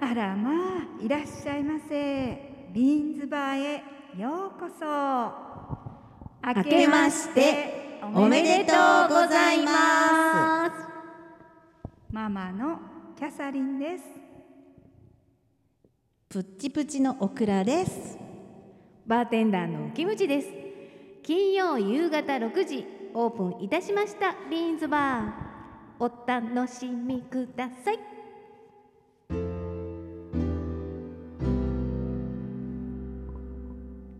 あらまあいらっしゃいませビーンズバーへようこそ明けましておめでとうございますママのキャサリンですプッチプチのオクラですバーテンダーのキムチです金曜夕方6時オープンいたしましたビーンズバーお楽しみください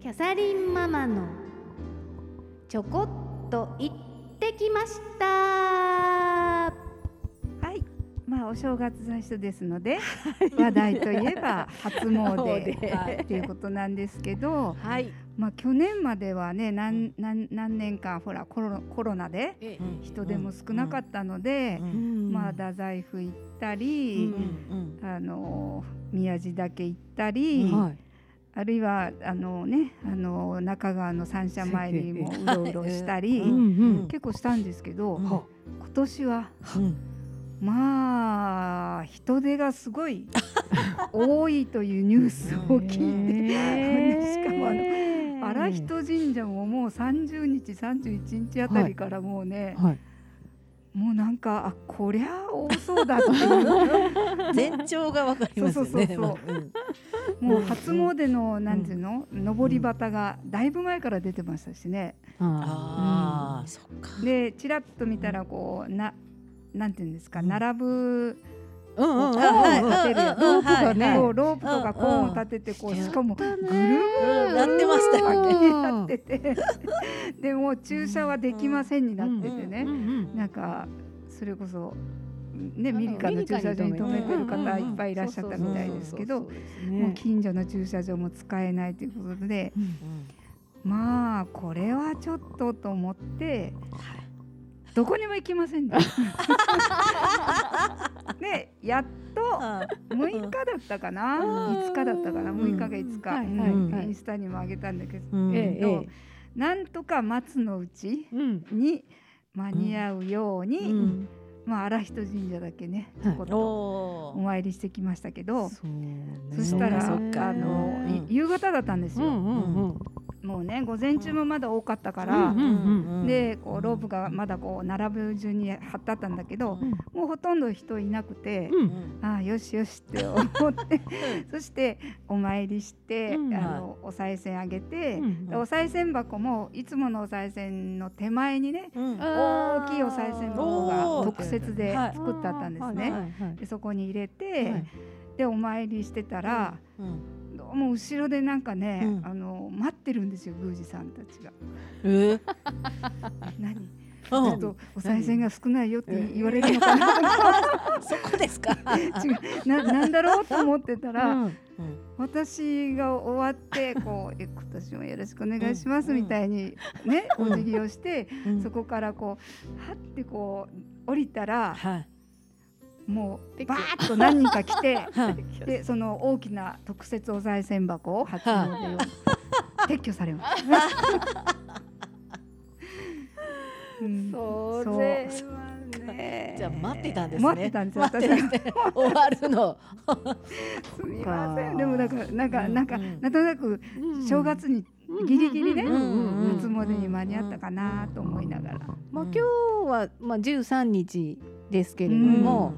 キャサリンママのちょこっと行ってきましたはいまあお正月最初ですので話題といえ ば初詣っていうことなんですけどはいまあ去年まではね何何何年かほらコロコロナで人でも少なかったので、まあ太宰府行ったり、あの宮地岳行ったり、あるいはあのねあの中川の三社参りもうろうろしたり、結構したんですけど、今年はまあ人手がす ごい多いというニュースを聞いて、 しかもあの荒人神社ももう30日31日あたりからもうね、はいもうなんかあこりゃ多そうだっていう前兆がわかりますそねうそうそうそううんもう初詣のなんていうの、上り旗がだいぶ前から出てましたしねああそっかでちらっと見たらこうななんていうんですか並ぶうんうんうんあはいうんううんんローうんプがねはいこうロープとかコーンを立ててこうしかもぐるーなってましたよねぐるーなってて でもう駐車はできませんになっててねうんうんなんかそれこそねのミリカの駐車場に止めてる方いっぱいいらっしゃったみたいですけどそうもそうそうそうう近所の駐車場も使えないということでうんまあこれはちょっとと思ってどこにも行きません でした。でやっとあ6日だったかなうん5日だったかなうん6日か5日、はいはいうんはいインスタにも上げたんだけど、うんええええなんとか松の内うんに間に合うように、うんまあ荒人神社だけね、はいちょこっとおおー参りしてきましたけど、そうねそしたらそうかそうかあの、いうん夕方だったんですうよ、んうんうんもうね午前中もまだ多かったからう、んでこうロープがまだこう並ぶ順に貼ってあったんだけど、うんもうほとんど人いなくて。ううんんああよしよしって思って そしてお参りして、うんあのお賽銭あげて、うんでお賽銭箱もいつものお賽銭の手前にねうん大きいお賽銭箱おがー特設ではい作ってあったんですはね。いはいでそこに入れて、はいでお参りしてたら、うんどうも後ろでなんかね、うんあの待ってるんですよ宮司さんた ちが。え何ちうょっんとお賽銭が少ないよって言われるのかなとかそこですか違 うななんだろうと思ってたら、うんうん私が終わってこ うえ今年もよろしくお願いしますうんみたいにね、うんお辞儀をして、うんそこからこうはってこう降りたらはいもうバーッと何人か来 てはいでその大きな特設お賽銭箱を初 詣を撤去されました。うんそそうれはねじゃあ待ってたんですね。待ってたんですよ待ってたんですね。終わるの。すみませんでもだからなんかうんなんかうんなんとなくうん正月にギリギリねうんうんうん初詣に間に合ったかなと思いながら。まあうん今日はまあ13日ですけれどうんも、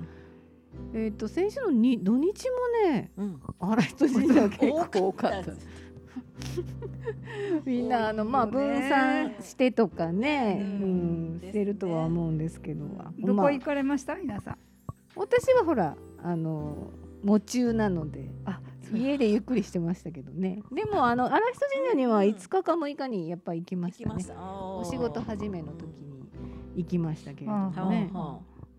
えっと先週のに土日もねうん、うん荒人神社が結構多か ったです。みんなあのまあ多いよね分散してとかね、ううんん、ですねしてるとは思うんですけど、どまこあ行かれました皆さん。私はほらあの喪中なのであ、そう家でゆっくりしてましたけどね。でもあの荒人神社には5日か6日にやっぱ行きま行しきたまねし。た。おお仕事始めの時に行きましたけれどもねね。。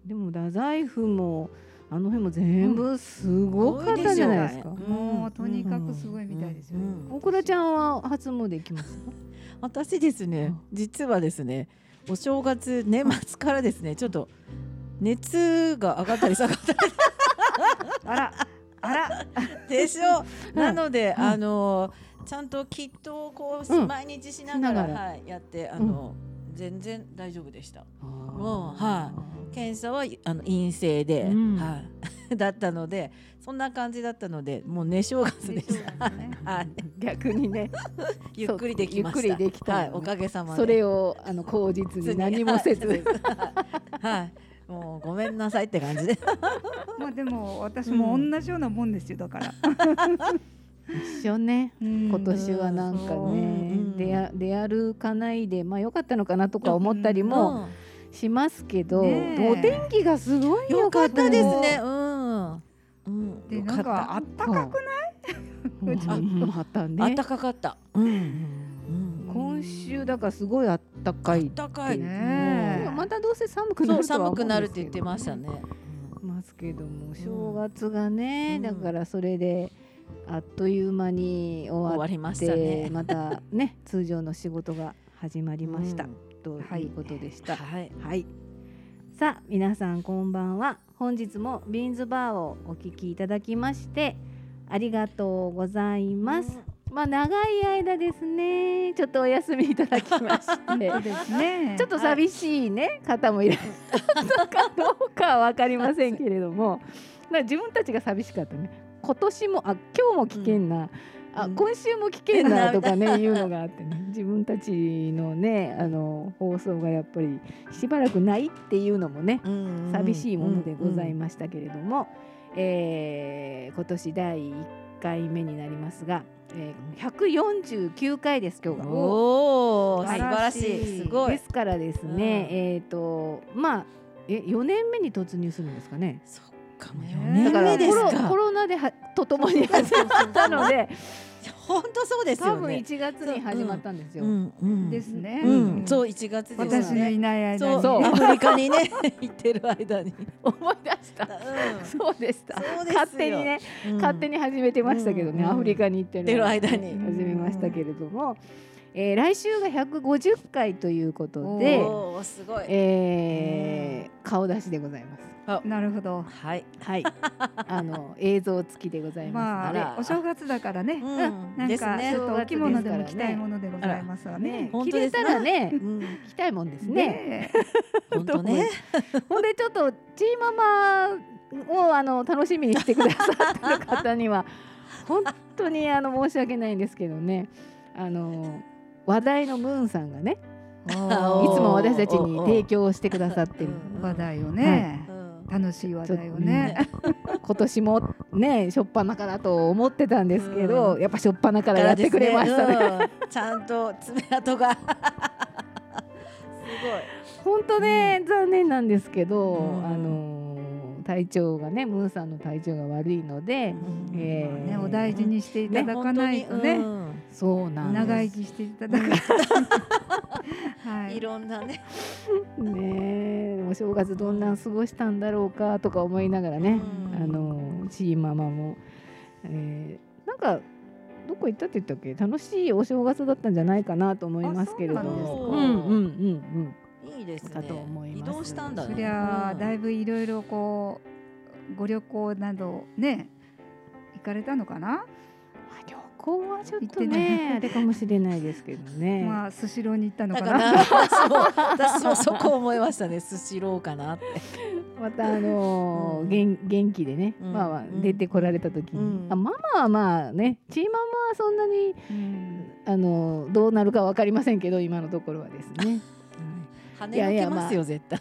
でも太宰府もあの辺も全部すごかったじゃないですか。うんもうとにかくすごいみたいですよ。うん大倉ちゃんは初詣行きました。私ですね、実はですね、お正月年末からですね、ちょっと熱が上がったり下がったりあら、あら、でしょ。ん なので、うんあのちゃんときっとこう、うん毎日しながらしながら。はいやってあの、全然大丈夫でした。もうはい検査はあの陰性で、うんはい、 だったのでそんな感じだったのでもう寝正月でした。はい、逆 にねゆっくりできました。ゆっくりできたのはねい、おかげさまで。それをあの口実に何 もせず、はい、はい、もうごめんなさいって感じで。まあでも私も同じようなもんですよだから、一緒ねうん今年はなんかね、そううん出や出歩かないでまあ良かったのかなとか思ったり ももしますけど、ねえお天気がすごいよ良かかっったたですね。うん。うん、でよなんかあかっったかくないもうまたた。あっねたかかった。うん。うん。今週だからすごいあったかい暖かい。ねまたどうせ寒くなそうるとは思寒うんですけくどなるって言ってましたね。ますけども正月がね、うんだからそれであっという間に終終わわっりましたてね。またね通常の仕事が始まりました、うんとはいいうことでした。はい。はい。さあ皆さんこんばんは。本日もビーンズバーをお聞きいただきましてありがとうございます。まあ長い間ですね。ちょっとお休みいただきまして。 ですねちょっと寂しいね、方もいらっしゃったかどうかは分かりませんけれどもな自分たちが寂しかったね今年もあ今日も危険な、あうん今週も危険 なとかね、うんいうのがあってね自分たちのねあの放送がやっぱりしばらくないっていうのもねうん寂しいものでございまましたけれども、えー今年第1回目になりますが、えー、149回です今日が。おお、素はい晴らしい。すごでい。すからですね、えっ、とまあえ4年目に突入するんですかね。そっかもうね四え年だから目でコすロかコ。ロナではとともに始まった ので、本当そうです多よ分ね。 1月に始まったんですよ。んうんですね、うん、そそうう一月ですね。私のいない間にそうそうアフリカにね行ってる間に。思い出した。そうでした。勝手にね、勝手にに始めてましたけどね、うんアフリカに行って行るってる間に。始めましたけれども、えー来週が150回ということでで、おおすごい。えー顔出しでございます。なるほどはい。はい、あの映像付きでございますので、まあお正月だからね、うんなんかですちねょっとお着物でも着たいものでございますわねね、本着当でれすねたらねう、ん着たいもんですね。ね本当ね。ほんでちょっとチーママをあの楽しみにしてくださってる方には 本当にあの申し訳ないんですけどね、あの話題のムーンさんがね、いついつもも私たちに提供してくださってる。話題をね、うん楽しい話題をね今年もね、しょっぱなからと思ってたんですけど、やっぱしょっぱなからやってくれましたね。うんちゃんと爪痕が。す本当ね、残念なんですけど、うんあのー体調がねムーさんの体調が悪いので、ごい。えーねお大事にしていただかないとねね。そうなんです長生きしていただか ないとはいいろんなね。ねえお正月どんなん過ごしたんだろうかとか思いながらね、うんあのーちいママも、えーなんかどこ行ったって言ったっけ楽しいお正月だったんじゃないかなと思いますけれどあそうなんですもかうんうんうんいいですね。かと思います移動したんだね。そりゃあだいぶぶいろいろこうご旅行などね行かれたのかな、うんまあ旅行はちょっと行ってねあれかもしれないですけど ね。まあスシローに行ったのだかかなら私も私もそこ思いま したね。スシローかなって。またあのーうん元元気でね、うんまあまあうん出てこられた時に、うんあママはまあねチーママはそんなにうんあのーどうなるかわかりませんけど今のところはですね。跳いやいねや抜けますよ絶対。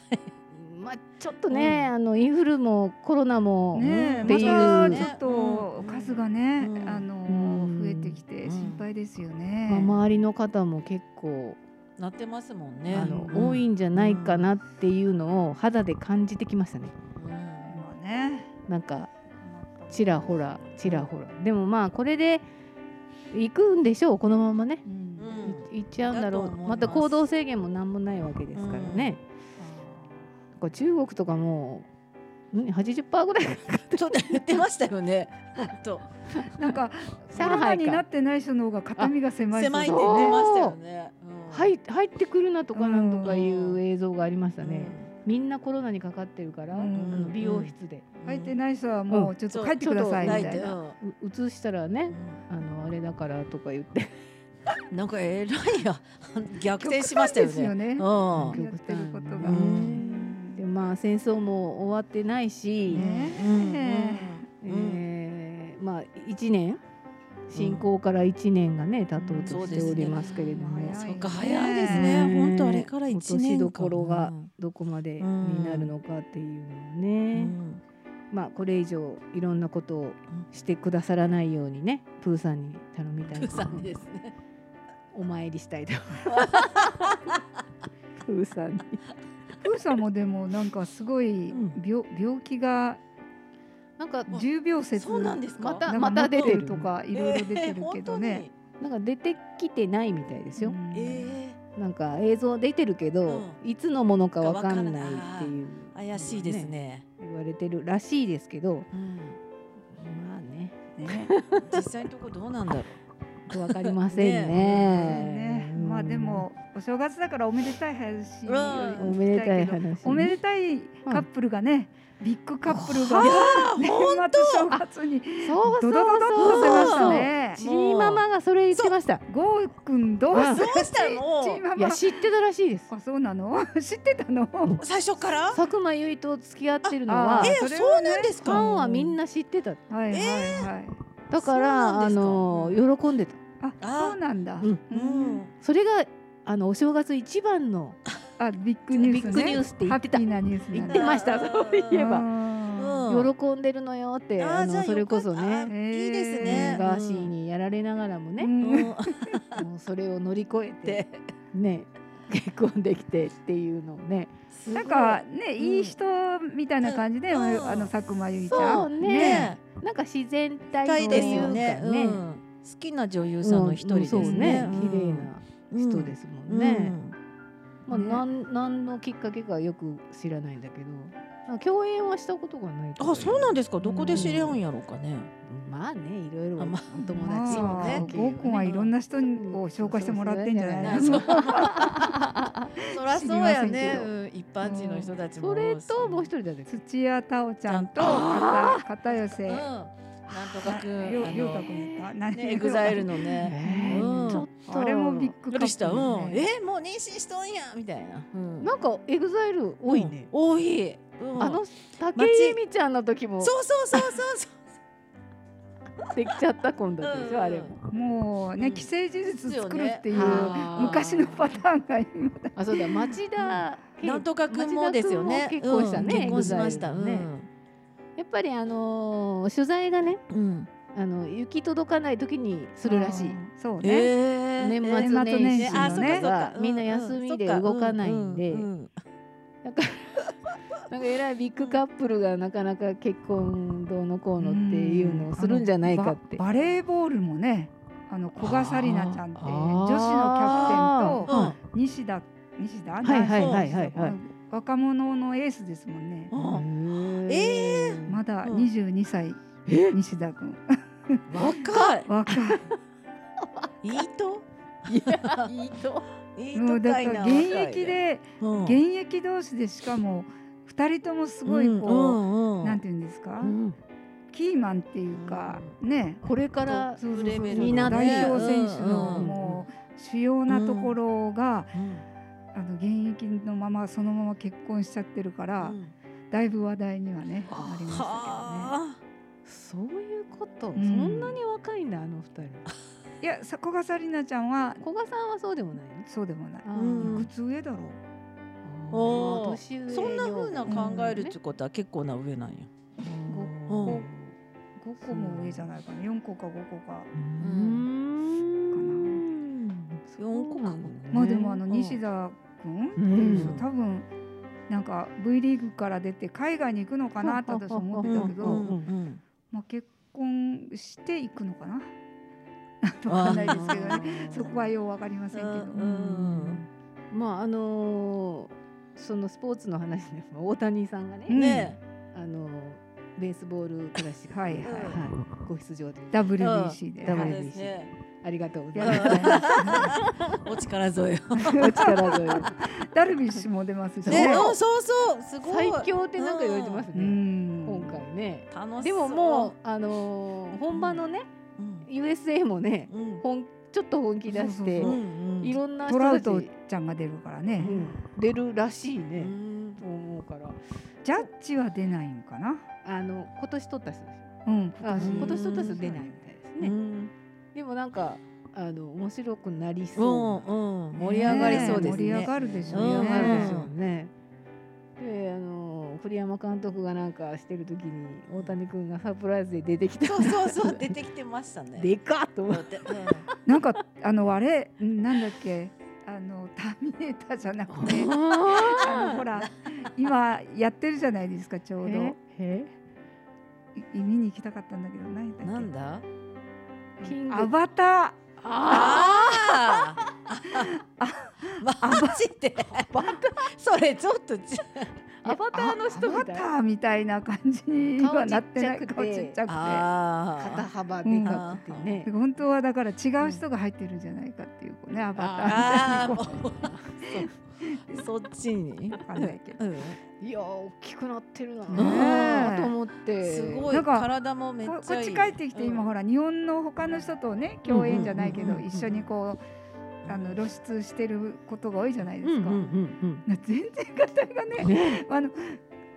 まあちょっとね、あのインフルもコロナも、ねえっていうまたちょっとね数がね、うんあのうん増えてきて心配ですよね。まあ、周りの方も結構、なってますもんね。あのうん多いんじゃないかなっていうのを肌で感じてきましたね。うんまあね、なんかちらほらちらほらでもまあこれで行くんでしょうこのままね。うんうあんい行っちゃうんだろうだと思いまますた行動制限も何もないわけですからね、だから中国とかも何80%ぐらいかかってるそうだ言ってましたよね。 本当ーなんかコ上ロナ海になかってない人の方が肩身が狭い狭いってそうだね言ってましたよね。うん入入ってくるなとかなんとかいううん映像がありましたね、。みんなコロナにかかってるから、うんあの美容室でうん入ってない人はもううちょっそとう帰ってくださいみ泣たいいて、な。う移したらうねんあのあれだからとか言って なんかえら いや逆転しましたよ極端ですよねね。うんやってることが。ううんんでもまあ戦争も終わってないし、ねえーまあ1年侵攻から1年がね経とうとしておりますけれども、うんそうですねそっか早いですね。ね本当あれから一年落としどころがうんどこまでになるのかっていうのはね、うんまあこれ以上いろんなことをしてくださらないようにねプーさんに頼みたいプーさんですね。お参りしたいとプーさんにプーさんもでもなんかすごいうん病,、病気がなんか重病説そうなんですか。またなんか持ってまた出てるとかいろいろ出てるけどね。なんか出てきてないみたいですよ、うんえー本当に。えなんか映像出てるけど、ういつのものかわかんないっていうー怪しいですね。言われてるらしいですけどうんまあねね実際のとこどうなんだろう。 わかりませんねねうんまあでもお正月だからおめでたい話よりうんおめでたい聞きけど話、ね、おめでたいカップルがね、ビッグカップルがいや 年末正月にそうドそドドうドそッうと出ましたねちーママがそれ言ってましたゴーくんどうすどうした チーの？マいやマ知ってたらしいですあそうなの 知ってたの最初から？佐久間由衣と付き合ってるのはあえーーそれそはうねなんですフかァ。ンはみんな知ってたはいはいはい、だかそうらなんであすかの喜んでたあそうなんだ、うんうん。それがあのお正月一番のあビッグニュースねビッグニュースって言ってたハッピーなニュース言なっんてだましたうんそういえばばうん喜んでるのよってあーあじゃあのそれこそよかったねねいいですえねー。ガーシーにやられながらもねうん。もうそれを乗り越えで てね結婚できてっていうのをねなんかねいい人みたいな感じで、うんあの佐久間由衣ちゃんそうねねなんか自然体たいとですいうよかね。うねん好きな女優さんの一人ですうんそうねね。綺麗な人ですすもんね。まあ、ねなん、なんのきっかけかよく知らないんだけど。なんか共演はしたことがないとか。あ、そうなんですか。どこで知り合うんやろうかね。まあね、いろいろ、あまお友まあ達もね。ゴーくんはいろんな人を紹介してもらってんじゃないそうのそうそらそうや知りませんねけ。どうん一般人の人たちもそ多いし。れと、もう一人だね。土屋太鳳ちゃんとあ片片寄せうん。なんとかくん。りょうあのりょうたくんやった何ね、エグザイルの ね。えーうんちょっと。あれもビッグびっカくりした。ッうプん。ルねえ、もう妊娠しとんやみたいな。うんなんか、エグザイル多いね。多い。うんあの、竹井美ちゃんの時も、そうそうそうそうそう。できちゃった今度でしうんょ、あれも。もううねん既成事実作るっていうあー昔のパターンが今だあ、そうだ、町田圭。なんとかくんもですよね。町田君も結婚したねうん結婚しました。 EXILE ねやっぱり、あのー、取材がね、うん。あの、行き届かない時にするらしい。そうえねえ。年え末ー年年始末あ、のそ末っねかねそっか。うみんな休みで動かないんで、ううんだからなんかえらいビッグカップルがなかなか結婚どうのこうのっていうのをするんじゃないかってあのババレーボールもねあの古賀紗理奈ちゃんってあー女子のキャプテンうんと西田西田はいはいはい男子のはいはい若者のエースですもんねうんえまだうん22歳、え西田君若い。若 いいいと。いいといいもうとだかかいな。ら現役でうん、現役同士でしかも二人ともすごいこう、こなんていうんですか、うんキーマンっていうか、ねこれからそうそうそうレベルのになって代表選手のうんうんもう主要なところが、あの現役のままそのまま結婚しちゃってるから、だいぶ話題にはねなりましたはあ、そういうことそんんなに若いんだあの二人けどねいやさ古賀紗理奈ちゃんは 古賀さんはそうでもないそうでもないうんいくつ上だろうおー年上そんな風な考えるっねてことは結構な上なんや。うんうん五個も上じゃないかな四個か五個かうん四個かそうなんだねまあでもあのうん西田君っていう人、うん多分なんか V リーグから出て海外に行くのかなって私思ってたけど、うんうんん、まあ、結婚していくのかなわかんないですけどねそこはようわかりませんけど、うんうんまああのーそのスポーツの話でも大谷さんがね、うんねあのーベースボールクラシックはいはいはいご出場で WBC で、うそんうはいです ね。ありがとうござやいります。お力添えを。お力添えをダルビッシュも出ますしね、ね。うんそうそう、すごい。 最強ってなんか言われてますうね、ん今回ね。楽しそう。でももうあのー本場のね、うん、 USA もねうん、、本ちょっと本気出しそうてそううんいろんな人トラウたちトちゃんが出るからねう。ん出るらしいうんね。もうからジャッジは出ないんかな。あの今年取った人ですうん、あうん今年取った人出ないみたいですね、うんでもなんかあの面白くなりうそんううん盛り上がりそうですね。盛り上がるでしょな、う盛り上がるでしね。ょうね、であの栗山監督がなんかしてる時に大谷君がサプライズで出てきたそうそうそう出てきてましたね。 でかっと思ってでなんかあのあれなんだっけあのターミネーターじゃなく てあのほら今やってるじゃないですかちょうどえい見に行きたかったんだけど何だ っけなんだ？キングアバタああ。まあ マジで。それちょっとち。アバターーの人みたいアバターみたいな感じに顔はなってないちっちゃくて顔ちっちゃ肩あ幅でかくてくねて、本当はだから違う人が入ってるんじゃないかっていうこうねアバターみたいあにーこそうそっちに。わかんないけ どうんいやー大きくなってるなねーえと思ってすごないんか体もめっうこちこゃっいい。ち帰ってきて今うんほら日本の他の人とね共演じゃないけうんうんどうんうん一緒にこうあの露出してることが多いじゃないでうんすうんか。うんな全然型がねあの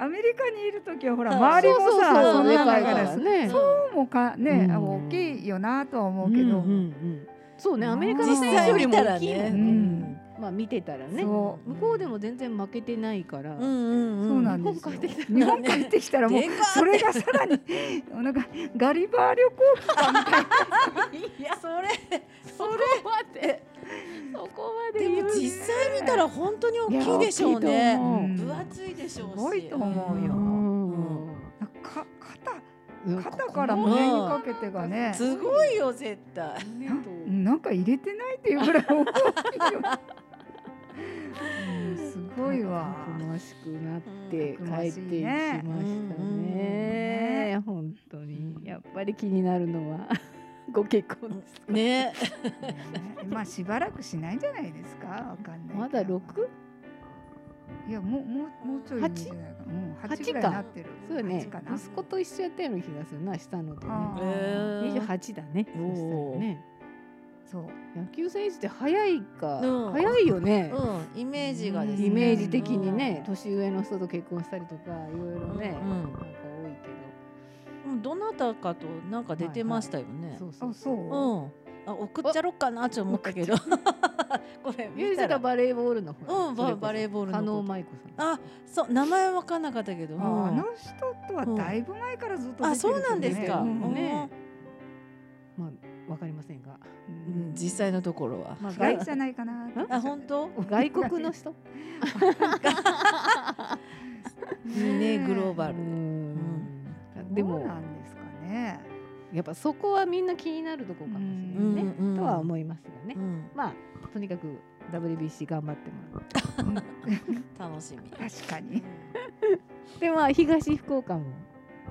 アメリカにいる時はほらそう周りもそうさそうそんでなかいだかかららねそうもかね、うん大きいよなとは思う。うんけど、うんうんそうねうんアメうリんカの実選手際より見もたら大きいもね。んうねんまあ見てたらねそ向こうでも全然負けてないかうら、んうんうん。そうなんですよ日本帰ってきたらもうでかっそれがさらになんかガリバー旅行機かみたいいやそれそこまでそこまでで言うも実際見たら本当に大きいでしょういや大きいとね。思ううん分厚いでしょうし。すごいと思うようんなかうん肩肩から胸にかけてがねすごいよ絶対。胸とうんなんか入れてないっていうぐらい大きいようんすごいわたくましくなってうんたくま帰しっいてきまねしたうんね。本当にやっぱり気になるのはご結婚ですか。ね。まあしばらくしないんじゃないですかわかんないけどまだ六？いやもうもうもうちょいいいんじゃないかなもう八八ぐらいになってるそうよね八か。な息子と一緒やったような気がするな下のとね。あー二十八だね。そしたらね。そう野球選手って早いか、うん早いよね。うんイメージがですね。イメージ的にね、年上の人と結婚したりとかいろいろね、うんうんなんか多いけうん。うんどなたかとなんか出てましたよど。ね。そうあそうう。ん。あ送っちゃろっかなって思ったけど。 これユー見ジたがら。バレーボールの方。うんババレーボールの加こと納舞子さん。あそう名前わかんなかったけど。ああの人とはだいぶ前からずっと出てるけどね、あそうなんですか。うんねうんまあわかりませんが、うん実際のところは。まあ外じゃないかなって。あ本当。外国の 人。いいねグローバル。うんででももなんですか ね。やっぱそこはみんな気になるとこかもしれないね、うんうんとは思いますよねう。んまあとにかく WBC 頑張ってもらって。楽しみ。確かに。でまあ東福岡も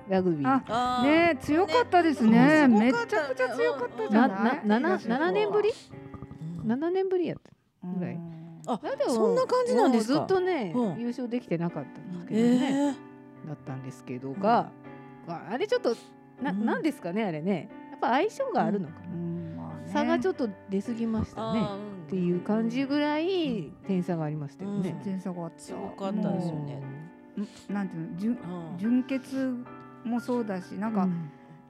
ラグビーあ。あーね強かったですね。めっちゃくちゃ強かったじゃなな。ないなな七年ぶり？うん七年ぶりやった。ぐらいうんあだってもうそんな感じなんですかもうずっとね、うん優勝できてなかったんですけえどね、ーだったんですけどが、まああれちょっとな,、うんん、なんですかねあれねやっぱ相性があるのかな、うんまあね差がちょっと出過ぎましたねあーんっていう感じぐらい点差がありましたよね。全然差があった。すごかったですよね。もう。んなんていうの、準うん準決もそうだし、なんなかんか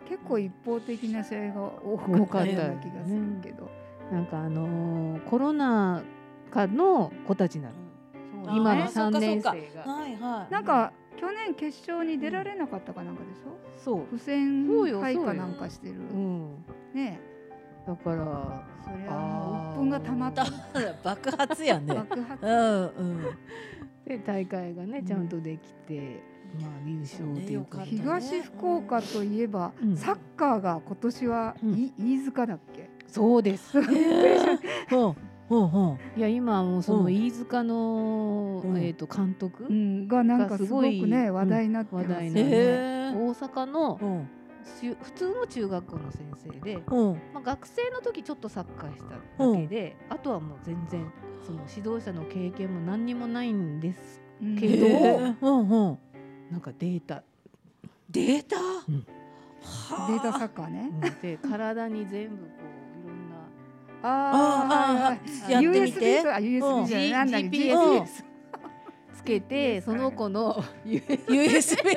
結構一方的な試合が多かったような気がするけど。なんかあのーコロナ禍の子たちなのそうね今のあーそっ3かそっ年か生がはいはい。なんか去年決勝に出られなかったかなんかでしょ？そう、不戦そうよ敗そうかよなんかしてるうん、ねだからえそれはあーもう鬱憤がたまったただ爆発やね。爆う発んうん。で大会がねちゃんとできて、まあ優勝っていうねよかった東福岡といえば、うんサッカーが今年は、いうん飯塚だっけそうです。 ほうほうほう。いや今もうそうのん飯塚の、うんえっ、と監督、うんがなんかがすすごごいくね話題になってま話すよ題になってね。えー。大阪のうん中普通の中学校の先生で、うん。まあ、学生の時ちょっとサッカーしただけで、あとはもう全然その指導者の経験も何にもないんです。うんけどえーうんうん。なんかデ ータ、データ。んはデータサッカーね。で体に全部こういろんなああーあーあーやってみ USB てと。あ USB じゃない、 G- なんだっけ GPS うんつけてその子の USB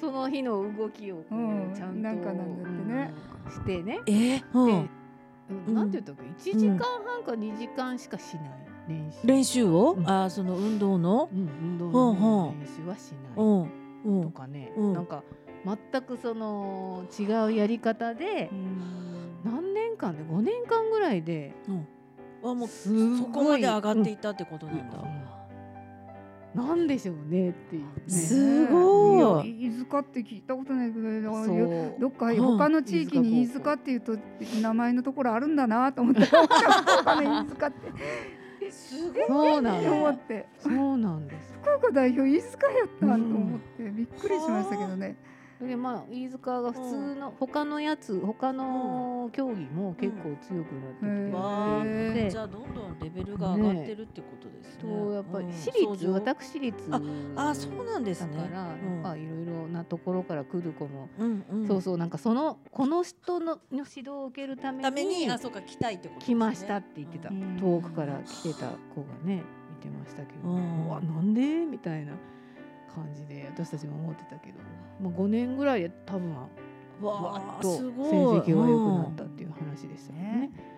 その日の動きをこうんうちゃんとなんかなんだってねしてね。えーうんでうんなんて言ったっけ1時間半か2時間しかしない練習。練習をうんあーその運動のうん運動うんうのん練習はしうないんうとんかね、うんなんか全くその違うやり方で何年間で5年間ぐらいではもうすごいそこまで上がっていったってことなんだなんでしょうねっていうね。すごいいや飯塚って聞いたことないけそどうどっかうん他の地域に飯飯塚塚っていうと名前のところあるんだなと思って他の飯塚ってすそうなって思っの。てそうなんです。福岡代表飯塚やったと思ってびっくりしましたけどね。でまあ飯塚が普通の他のやつ他の競技も結構強くなってきてうんわるへっていうーでじゃあどんどんレベルが上がってるってことですねとやっぱりうん私立相乗私立ああそうなんですだねからやうんっぱいろいろなところから来る子もうんうんそうそうなんかそのこの人のの指導を受けるためためににあそうか来たいってことですね来ましたって言ってたうん遠くから来てた子がね見てましたけどうんうわなんでみたいな感じで私たちも思ってたけどまあ5年ぐらいで多分わわーっあとすごい成績が良くなったっていう話でしたよね。や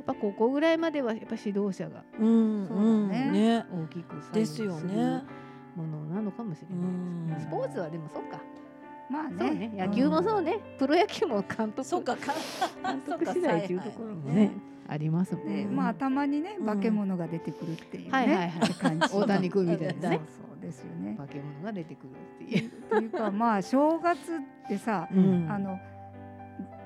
っぱここぐらいまではやっぱ指導者がうんそうだねうんね大きく左で右すすよるねものなのかもしれうんないです。スポーツはでもそうか。まあそうねね。野球もそうね。プロ野球も監督そうかか監そう督か次第っていうところもねありますもんでね。まあたまにねうん化け物が出てくるっていうね、はいはいはいって感じ大谷君みたいな ねそうそうですよね。化け物が出てくるっていう。というかまあ正月ってさ、うんあの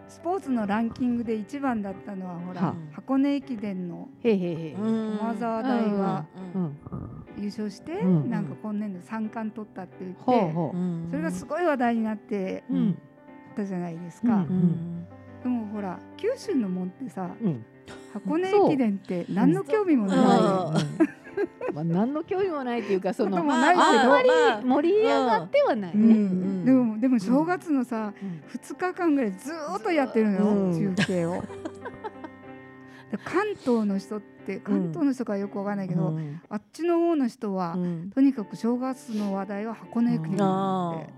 スポーツのランキングで一番だったのはほら、は箱根駅伝のへいへいへい。うん駒沢大がうんうん。優勝して、うんなんか今年度三冠取ったって言って、ほうほうんそれがすごい話題になってう。うん。たじゃないですか。うんでもほら九州のもんってさうん。箱根駅伝って何の興味もうないん。まあ何の興味もないっていうかそことのもないけどあんまりまあ盛り上がってはないうんね。うでんもでも正月のさ、うん2日間ぐらいずーっとやってるのよ、うん中継を。で関東の人って関東の人かよくわかんないけど、うんあっちの方の人は、うんとにかく正月の話題は箱根駅伝なんだって。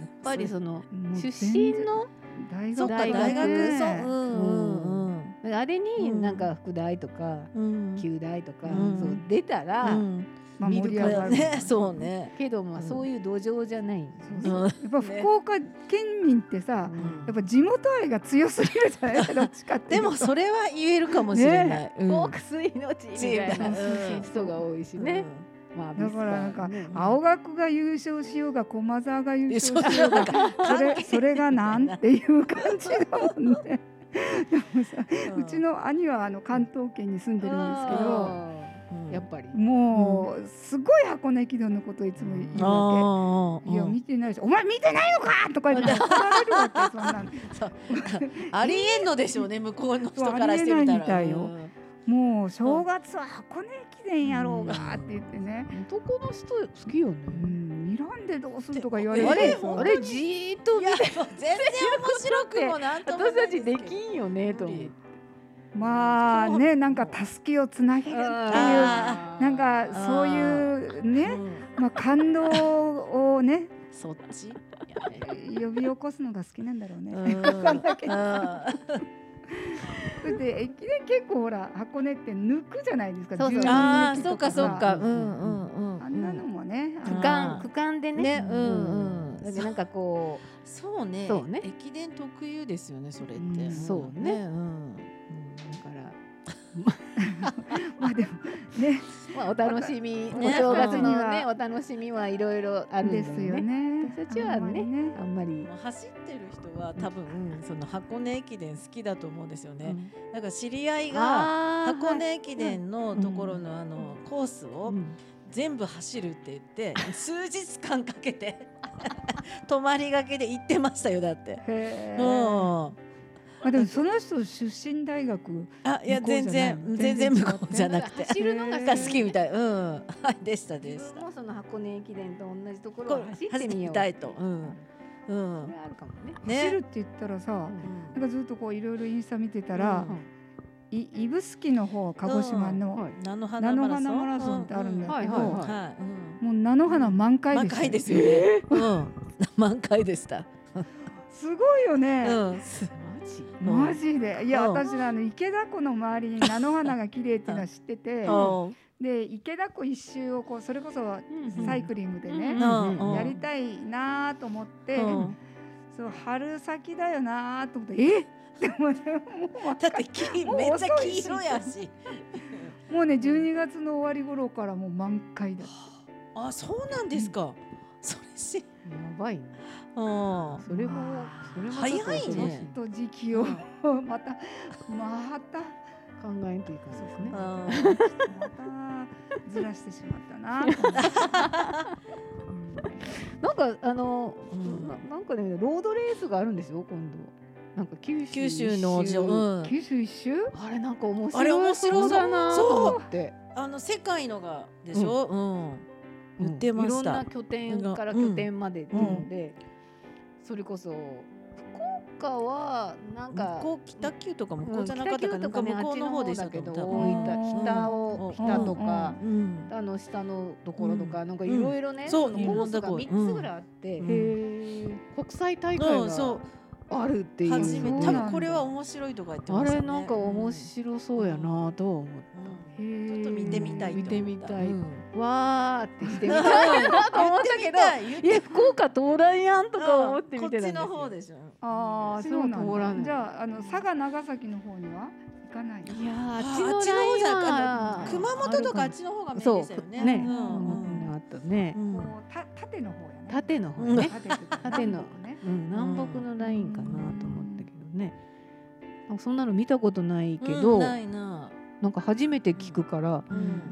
やっぱりそのもう出全身然の大学 そうか大大学学そうねうんあれにうんなんか副大とかうんうん旧大とか、うんそう出たら、うんまあ、見盛るりか上がらる、ね そうねけどまあうんそういう土壌じゃない、そううんそうやっぱ福岡県民ってさ、うんやっぱ地元愛が強すぎるじゃない どっちかっていでうともそれは言えるかもしれないうんフォークス命みたいなうん人が多いしね、まあだからなんかビスパーね青学が優勝しようが駒沢が優うんそう勝しようが そ関係ない れそれがなんていう感じだもんね。でもさ、うちの兄はあの関東圏に住んでるんですけど、あうんーやっぱり、もうすごい箱根駅伝のことをいつも言うわあけ。ーいや見てないし、お前見てないのかとか言って怒られるわけそんなの。ありえんのでしょうね向こうの人からしてみたらそうありえないみもう正月は箱根駅伝やろうがって言ってね。男の人好きよね、うん、睨んでどうするとか言わえれーあるれでしょあれじーっといや見もうて全然面白くもなんともない私たちですきけどんよねと思う無理まあねなんかたすきをつなげるっていうあなんかそういうね、まあ、感動をねそっちやめる呼び起こすのが好きなんだろうね。うんそれで駅伝結構ほら箱根って抜くじゃないですか。そうそう12ああ抜きそとうかそうかうんうんうんあんなのもね、あ区の間あー区間でねねうんうんだけどなんかこそうねそうね駅伝特有ですよねそれっうてんそうねうんう、うん、だからまあでもねまあ、お楽しねみ、お正月のね、うんお楽しみはいろいろあるんだでよすね。よね。私たちはねあんまりねあんまり。走ってる人は多分その箱根駅伝好きだと思うんですよね、なんか知り合いがあ箱根駅伝のところのあのコースをうん全部走るって言って数日間かけて 泊まりがけで行ってましたよだって。へうーんあでもその人出身大学あいや向こうじゃない全然全然向こうじゃなくて走るのがへーが好きみたい うんはいでしたで自し分たもその箱根駅伝と同じとこころうを走って走みよりう。たいとうんうこれんあるかもね。走るねって言ったらさ、うんなんかずっとこういろいろインスタ見てたら、うんい指宿の方鹿児島の、はい菜の菜花のマラソン花マラソンってあるんだけど、うんうんはいはいうんもう菜の花満開満でした開ですよね。うん、満開でした。すごいよね、うん、マジでいや、うん私あの池田湖の周りに菜の花が綺麗っていうのは知ってて、うんで池田湖一周をこうそれこそサイクリングでね、うんうんやりたいなと思って、うんそう春先だよなと思ってえっって思ってもだって 黄もうめっちゃ遅い黄し色やし。うもうね12月の終わり頃からもう満開だあ、そうなんですか。それし、ばいねうん、それもそれもちょっと早い恐ろしねと時期を またまた考えんといかんですねうんちょっとまたずらしてしまったなと思って なんかあの、うんななんかねロードレースがあるんですよ今度なんか九州九州の一じ周ょ、うん、九州一周あれなんか面あれ白面い白そうだなと思ってあの世界のがでしょ。うん、うん言ってましたいろんな拠点から拠点までっていうので、それこそ福岡はなんか向こう北九とか向こうじゃなかったかうんな北んか九と向かねこうの方でしあたっけちの方だけど、ど多多い分大分北をうん北とか、うん、あの下のところとか、なんかいろいろね、んそそうのいろんコなースがとこ三つぐらいあって、うんへー国際大会うん、がそ、あるっていうう、初めそうなて、多んだ分これは面白いとか言ってあましたね。れなんか面白そうやなとは思うん。うっんちちょっと見てみたいと思った。見てみたいうんた、わーってしてみたいなと思ったけど言ってみたい いや福岡東大やんとか思って見てたんですよこっちの方でしょ。ああ、うそんう通らななんいだ。じゃあ、あの佐賀長崎の方には行かない。いやーあっちあのっちの方じゃなくラインは熊本とかあっちの方がメインでしたよね。そうねううんんあったねうんこうた縦の方やね。縦の方ね、縦っていうか縦の南北ね。うん、南北のラインかなと思ったけどね、なんかそんなの見たことないけど、うんないな。なんか初めて聞くから、うん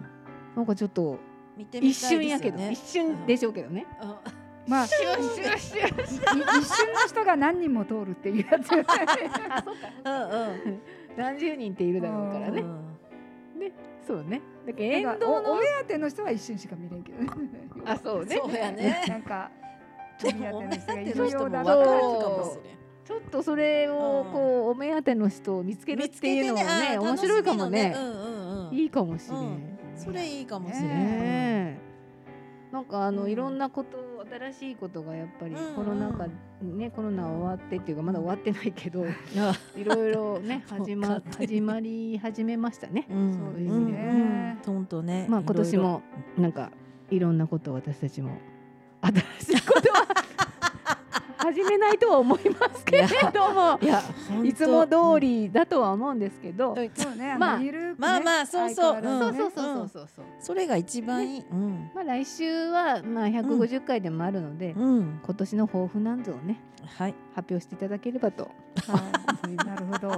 なんかちょっと見てみたい一ですよね瞬やけど、一瞬でしょうけどね。うんまあ、い瞬瞬一瞬。瞬の人が何人も通るっていうやつ。あ、そうか。うんうん。何十人っているだろうからうね。んそうね。だけな沿んかお道のお目当ての人は一瞬しか見れんけどね。あ、そうね。そうやねなんか。でもお目当ての人も分かわるかもしれん。ちょっとそれをこうお目当ての人を見つけるっていうのもね、面白いかもねう。んうんうん。いいかもしれ。うんそれいいかもしれない。ねえなんかあの、うんいろんなこと新しいことがやっぱりうんコロナ禍、ねコロナ終わってっていうかまだ終わってない けどあいろいろねそう始ま勝手に始まり始めましたね。うんそうですうんね。トンとね。まあいろ今いろ年。もなんかいろんなことを私たちも新し いことは始めないとは思いますけれどもいや、いつも通りだとは思うんですけど、うん。そうね。ままああ、ゆるくねまあまあそうそう相変わらずねそうそうそうそうそう。それが一番いい。うん。まあ来週はまあ150回でもあるので、うん。今年の抱負なんぞをねはい。発表していただければと、はいなるほど。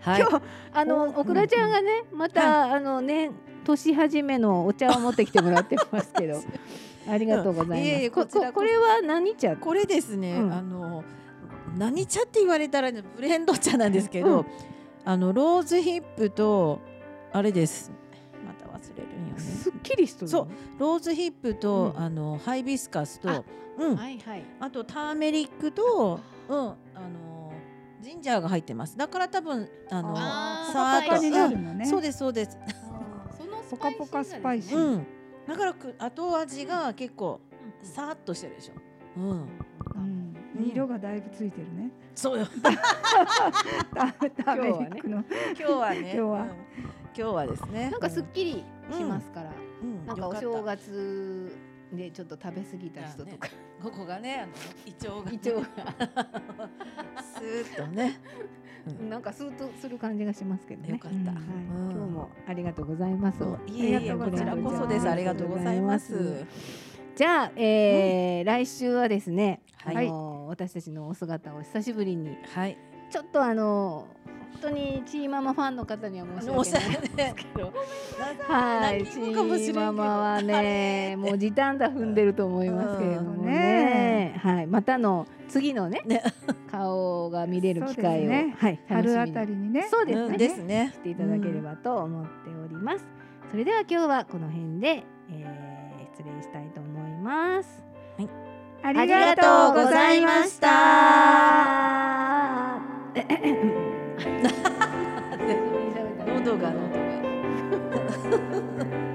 はい今。日あのオクラちゃんがねまた、あのね年始めのお茶を持ってきてもらってます けどありがとうございまいす、えいえここちらここそこれは何茶これですね、うんあの何茶って言われたらねブレンド茶なんですけど、うんあのローズヒップとあれですまた忘れるんよねすっきりしとるそうローズヒップと、うんあのハイビスカスあとうん、はいはいあとターメリックと、うん、あのジンジャーが入ってますだから多分あのあーさポカポカにーなっと、るのね。そうですそうです、そのポカポカスパイシーうん、だからく後味が結構さーっとしてるでしょ、うん、うんうん色がだいぶついてるね。そう よダダメリックの。今日はね今日はうん今日はですねなんかすっきりしますから、うんなんかおよ正った月でちょっと食べ過ぎた人とか、ここがねあの胃腸が胃腸スーッとねうん なんかスーッとする感じがしますけどねよかっうんた、はい、うん今日もありがとうございます。いえいえありがとこうごちざいらますこそですありがとうございますじゃあ、えー来週はですね、はいあの私たちのお姿を久しぶりにはいちょっとあの本当にチーママファンの方には申おしし訳ゃない。れねはい、泣チきもかもしれんけーどママはね、もう時短だ踏んでると思いますけれどもね。はい、またの次のねね顔が見れる機そ会うですを、ねはい、楽し春みにあたりにね。 そうですうね。んですねしていただければと思っております。それでは今日はこの辺で、えー、失礼したいと思います。あありがとうございました。 久しぶりに喋ったね喉喉が喉が。